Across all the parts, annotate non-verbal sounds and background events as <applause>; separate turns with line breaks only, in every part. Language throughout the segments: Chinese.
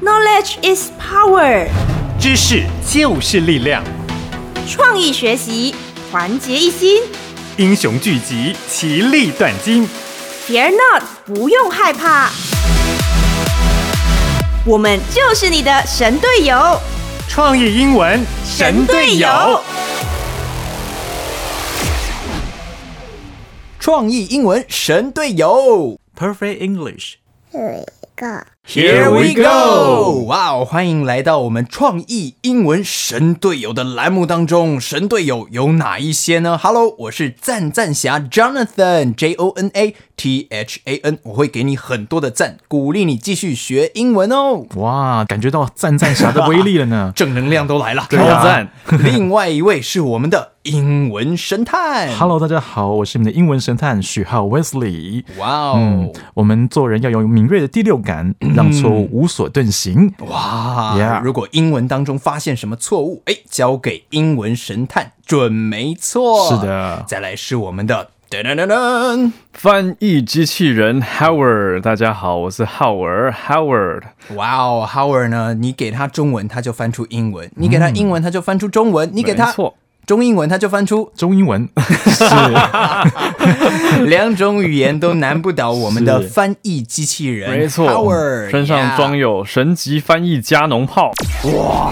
Knowledge is power，
知识就是力量，
创意学习，团结一心。
英雄聚集，其利断金。
Fear not，不用害怕，我们就是你的神队友。
创意英文神队友，
创意英文神队友。
Perfect English，
有一个
Here we go
哇哦，欢迎来到我们创意英文神队友的栏目当中。神队友有哪一些呢？Hello，我是赞赞侠 Jonathan，J O N A T H A N，我会给你很多的赞，鼓励你继续学英文哦。。
哇，感觉到赞赞侠的威力了呢
正能量都来了，
对啊超赞。
另外一位是我们的英文神探
嗯 Hello，大家好，我是你们的英文神探许浩 Wesley。
哇哦、
嗯，我们做人要有敏锐的第六感，让错误无所遁形。
哇
Yeah
啊如果英文当中发现什么错误，哎，交给英文神探，准没错。
是的
再来是我们的噔噔噔噔，
<laughs> 翻译机器人 Howard，大家好，我是浩尔 Howard。
哇哦，Howard 呢？你给他中文，他就翻出英文；你给他英文，他就翻出中文；你给他
没错
中英文，他就翻出
中英 <laughs> 文哦是
两种语言都难不倒我
<laughs>
们的
是
翻译机器人。
没错
Howard
身上装有神级翻译加农炮。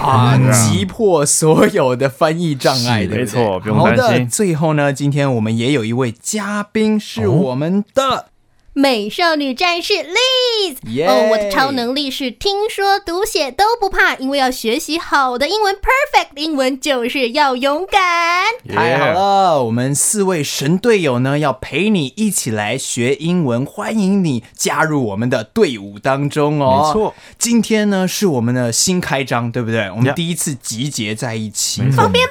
啊，击破所有的翻译障碍，
是
对对
没错不用
好
担
的，
心
最后呢，今天我们也有一位嘉宾是
哦
我们的。
美少女战士 Liz。
耶
哦，我的超能力是听说读写都不怕，因为要学习好的英文，perfect 英文就是要勇敢。
太好了！我们四位神队友呢，要陪你一起来学英文，欢迎你加入我们的队伍当中哦。
没错，
今天呢是我们的新开张，对不对？我们
Yeah
第一次集结在一起，
放鞭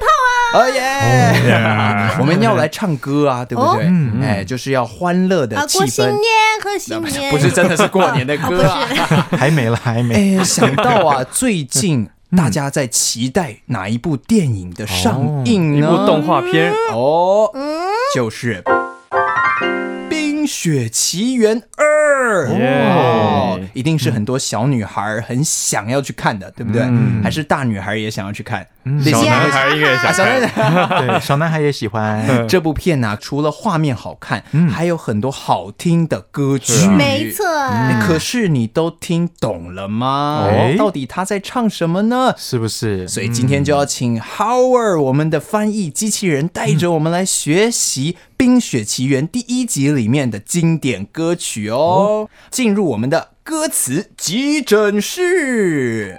哦
<laughs>
耶！ <laughs> 我们要来唱歌啊，对不对？哎，就是要欢乐的
哦啊，
气
过新
氛。
年和新
<laughs>
年，哦
不是真的是过年的
<laughs>
歌啊！
还没了，还
<laughs>
没。
哎，想到啊，最近大家在期待哪一部电影的上映
一
呢？
部动画片，
哦，
嗯
就是《冰雪奇缘二》
耶
哦，一定是很多小女孩很想要去看的，对不对？还是大女孩也想要去看？
嗯
类
小
似
男孩应该也
啊，
想
小男
看。
孩。 <laughs>
对，小男孩也喜欢。
这部片呢、除了画面好看，
嗯
还有很多好听的歌曲。
啊
没错，
哎可是你都听懂了吗？
哎
到底他在唱什么呢？
是不是？嗯
所以今天
嗯
就要请 Howard 我们的翻译机器人带着我们来学习《冰雪奇缘》第一集里面的经典歌曲哦，进入我们的歌词急诊室。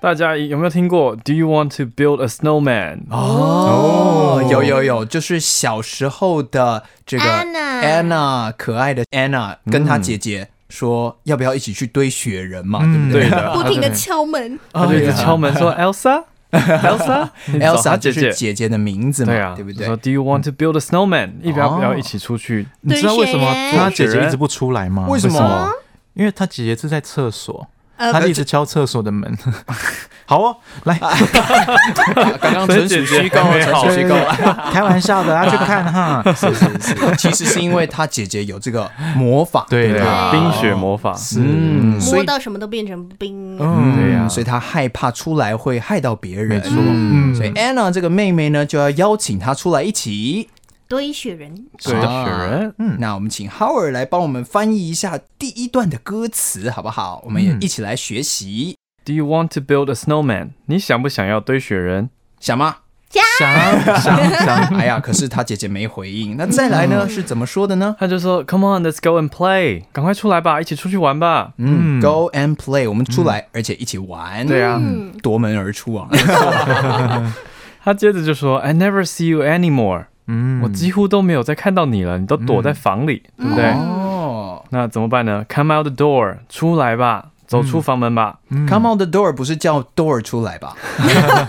大家有没有听过 Do you want to build a snowman？
哦，有有有，就是小时候的这个
Anna
Anna 可爱的 Anna
嗯
跟她姐姐说要不要一起去堆雪人嘛，对不对？
嗯
啊
对
<laughs> 哦
的，
不停的敲门，
他就一直敲门
<laughs>
说 Elsa，Elsa，你找
Elsa
她
就
姐
是
姐。
姐姐的名字嘛，
对嗯啊，
对不
说
对？
Do you want to build a snowman？一表
哦
要一起出去。
你知道为什么他姐姐一直不出来吗？
为什么？
因为他姐姐是在厕所，
呃
他一直敲厕所的门。 <laughs> 好哦，来，
刚刚纯属虚构，
姐姐
纯属虚构。
开玩笑的，大家啊去看 <laughs> 哈。
是是是，其实是因为她姐姐有这个魔法，
对啊的，
冰雪魔法，
嗯，所
摸
以
到什么都变成冰。
嗯，
对呀
嗯，所以她害怕出来会害到别人，
没错。
嗯。所以 Anna 这个妹妹呢，就要邀请她出来一起。
堆雪人，
对啊的，雪人。
嗯，那我们请 Howard 来帮我们翻译一下第一段的歌词，好不好？我们也一起来学习，
Do you want to build a snowman？你想不想要堆雪人？
想吗？
想想想，
<laughs> 哎呀，可是她姐姐没回应。那再来呢，是怎么说的呢？
他就说，Come on，let's go and play，赶快出来吧，一起出去玩吧。
嗯，Go and play，我们出来，而且一起
嗯
玩。
对啊，
夺门而出啊！
他接着就说，I never see you anymore，
嗯
我几乎都没有再看到你了，你都 <laughs> 躲在房里，对不对？
哦，
那怎么办呢？Come out the door，出来吧，走出房门 <laughs> 吧。
Come out the door 不是叫 door 出来
<laughs>
吧？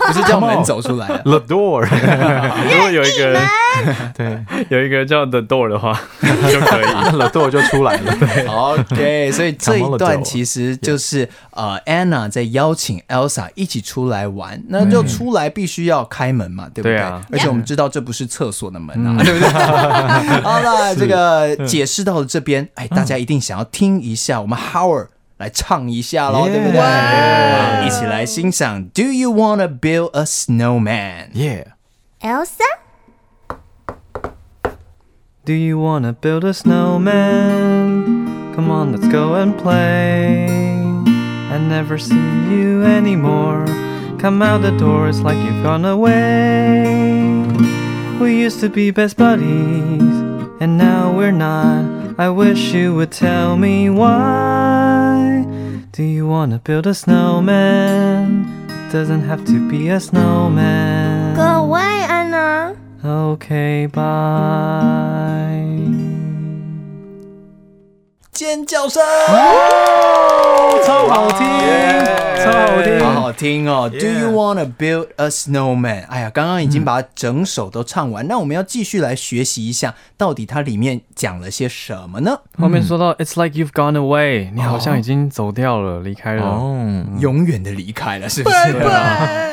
不是叫门走出来啊。
The door， <laughs>
如果有一个
对
<laughs> 有一个叫 The Door <laughs> 的话，就可以。
啊，The door 就出来了。对
OK，所以这
Come on
一
the
段
door
其实就是呃，Anna 在邀请 Elsa 一起出来玩，那就出来必须要开门嘛，对不对？
对啊
而且我们知道这不是厕所的门啊，对不对？好了，这个解释到了这边，哎，大家一定想要听一下我们 Howard 来唱一下喽，
Yeah
对不对？
哇
一起来欣赏 Do you wanna build a snowman？
<laughs> ，Yeah，
Elsa
Do you wanna build a snowman? Come on, let's go and play. And never see you anymore. Come out the door, it's like you've gone away. We used to be best buddies, and now we're not. I wish you would tell me why. Do you wanna build a snowman? Doesn't have to be a snowman.
go away, Anna.
Okay, bye.
尖叫声，
哦超好听，超好听。
好好听哦。Do you wanna build a snowman？哎呀，刚刚已经把整首都唱完，那我们要继续来学习一下，到底它里面讲了些什么呢？
后面说到、It's like you've gone away，你好像已经走掉了，离开了，
哦，
永远的离开了，是不是？
啊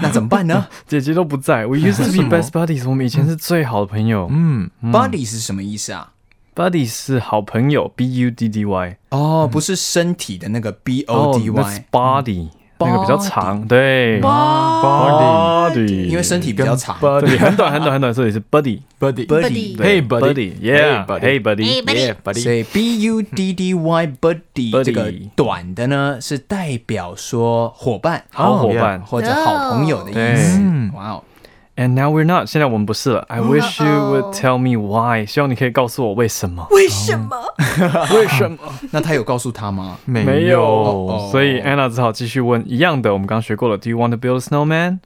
那怎么办呢
姐姐都不在。We used to
为什
be
么
best buddies，我们以前是最好的朋友。
嗯，
？Buddy 是什么意思啊？
Buddy 是好朋友，B U D D Y。
哦，不是身体的那
嗯
个 B O D
哦那是
Y，
Body，那个比较长，对。Body，
哦
哦
哦因为身体比较长。
<laughs>
Buddy 很短很短很短，所以是 Buddy。
Buddy，
对
Hey, buddy
Buddy，Yeah。
Hey, buddy
Hey Buddy。
Yeah, buddy
所以 B U D D Y Buddy
Buddy
这个短的呢，是代表说伙伴、
好伙伴
或者好朋友的意思。哇哦，
And now we're not，现在我们不是了。I wish you would tell me why，希望你可以告诉我为什么。
为什么？
为什么？
那他有告诉他吗？
没
没
有，哦
有，所以 Anna 只好继续问一样的，我们刚刚学过了。Do you want to build a snowman？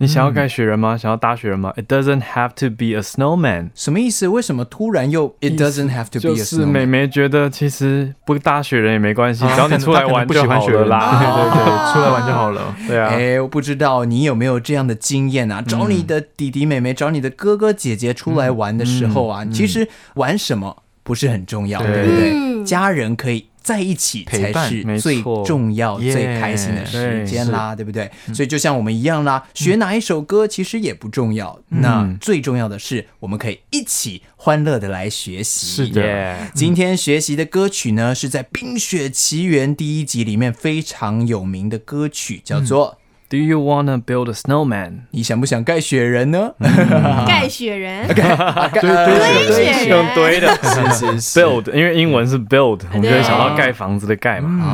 你想要盖雪人吗？想要搭雪人吗？It doesn't have to be a snowman。
什么意思？为什么突然又 It doesn't have to
就
be a
是美
snowman？
眉觉得其实不搭雪人也没关系，
啊
只要你出来玩就好了
他可能不喜欢
啦。
雪人对对对，出来玩就好了。
对啊，
哎，我不知道你有没有这样的经验啊？找你的弟弟妹妹，找你的哥哥姐姐出来玩的时候啊，其实玩什么不是很重要，对不对？家人可以。在一起才
陪伴
是
没
最
错
重要、
耶
最开心的时间啦，对不对？所以就像我们一样啦，学哪一首歌其实也不重要，那最重要的是我们可以一起欢乐的来学习。
是的
Yeah
今天学习的歌曲呢，是在《冰雪奇缘》第一集里面非常有名的歌曲，叫做《
Do you wanna build a snowman？
你想不想盖雪人
<laughs>
呢》 <laughs> 啊
盖雪
哎
人，
对呃对
堆雪人，
用堆的
是是
build，因为英文是 build，我们就会想到盖房子的盖嘛。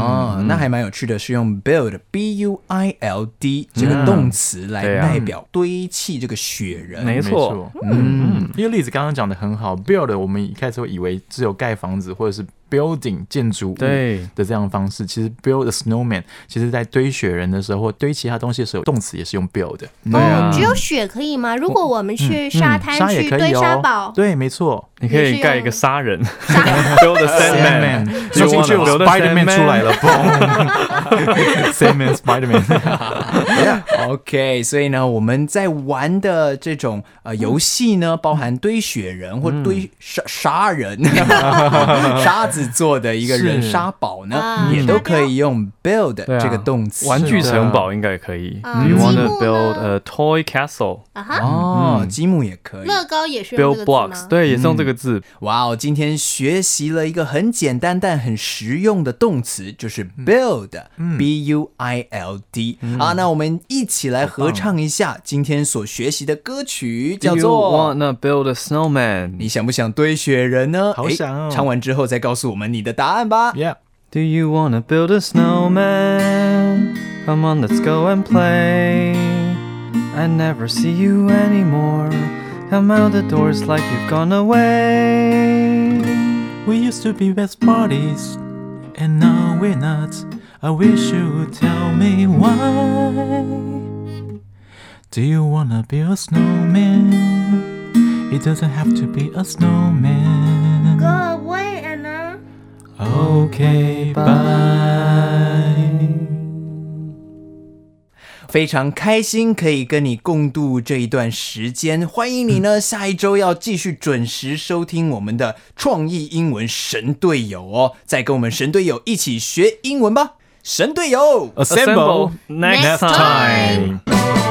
哦，那还蛮有趣的，是用 build b u i l d 这个动词来
对啊
代表堆砌这个雪人。
没错，，
嗯，因为例子刚刚讲的很好，build 我们一开始会以为只有盖房子或者是 building 建筑物
对
的这样的方式，其实 build a snowman 其实在堆雪人的时候或堆其他东西的时候，动词也是用 build 的。嗯
对啊
哦，只有雪可以吗？如果我们去沙
嗯
滩
沙也
去
可以
堆沙
哦
堡，，
对，没错。
你可以盖一个杀人，build
<laughs>
a sandman。
说进去有
Build a
Spiderman
Sandman
出来了嘣 <laughs> ，Sandman Spiderman，
OK，所以呢，我们在玩的这种呃游
<laughs>
戏呢，包含堆雪人或
嗯
堆沙沙人，沙子做的一个人
是
沙堡呢
啊，
也都
沙雕
可以用 build
对啊
这个动词。
玩具城堡应该也可以。
啊
Do you
积
want
木
to
呢
build a toy castle?
啊哈，
嗯
哦，积木也可以。
乐高也是用
Build
这个字
blocks，
吗？
对，也是用这个字。
哇哦，今天学习了一个很简单但很实用的动词，就是
嗯
build，b u i l d。啊，那我们一起来合唱一下今天所学习的歌曲，叫
Do you
做。
wanna build a
你
snowman?
想不想堆雪人呢？
好
诶
想哦
唱完之后再告诉我们你的答案吧。
Yeah，
Do you wanna build a snowman? Come on, let's go and play. I never see you anymore. Come out the doors like you've gone away.
We used to be best buddies, and now we're not. I wish you would tell me why. Do you wanna be a snowman? It doesn't have to be a snowman.
Go away, Anna.
Okay, bye.
非常开心可以跟你共度这一段时间，欢迎你呢，下一周要继续准时收听我们的创意英文神队友哦，再跟我们神队友一起学英文吧，神队友
Assemble
next
next
time.
time.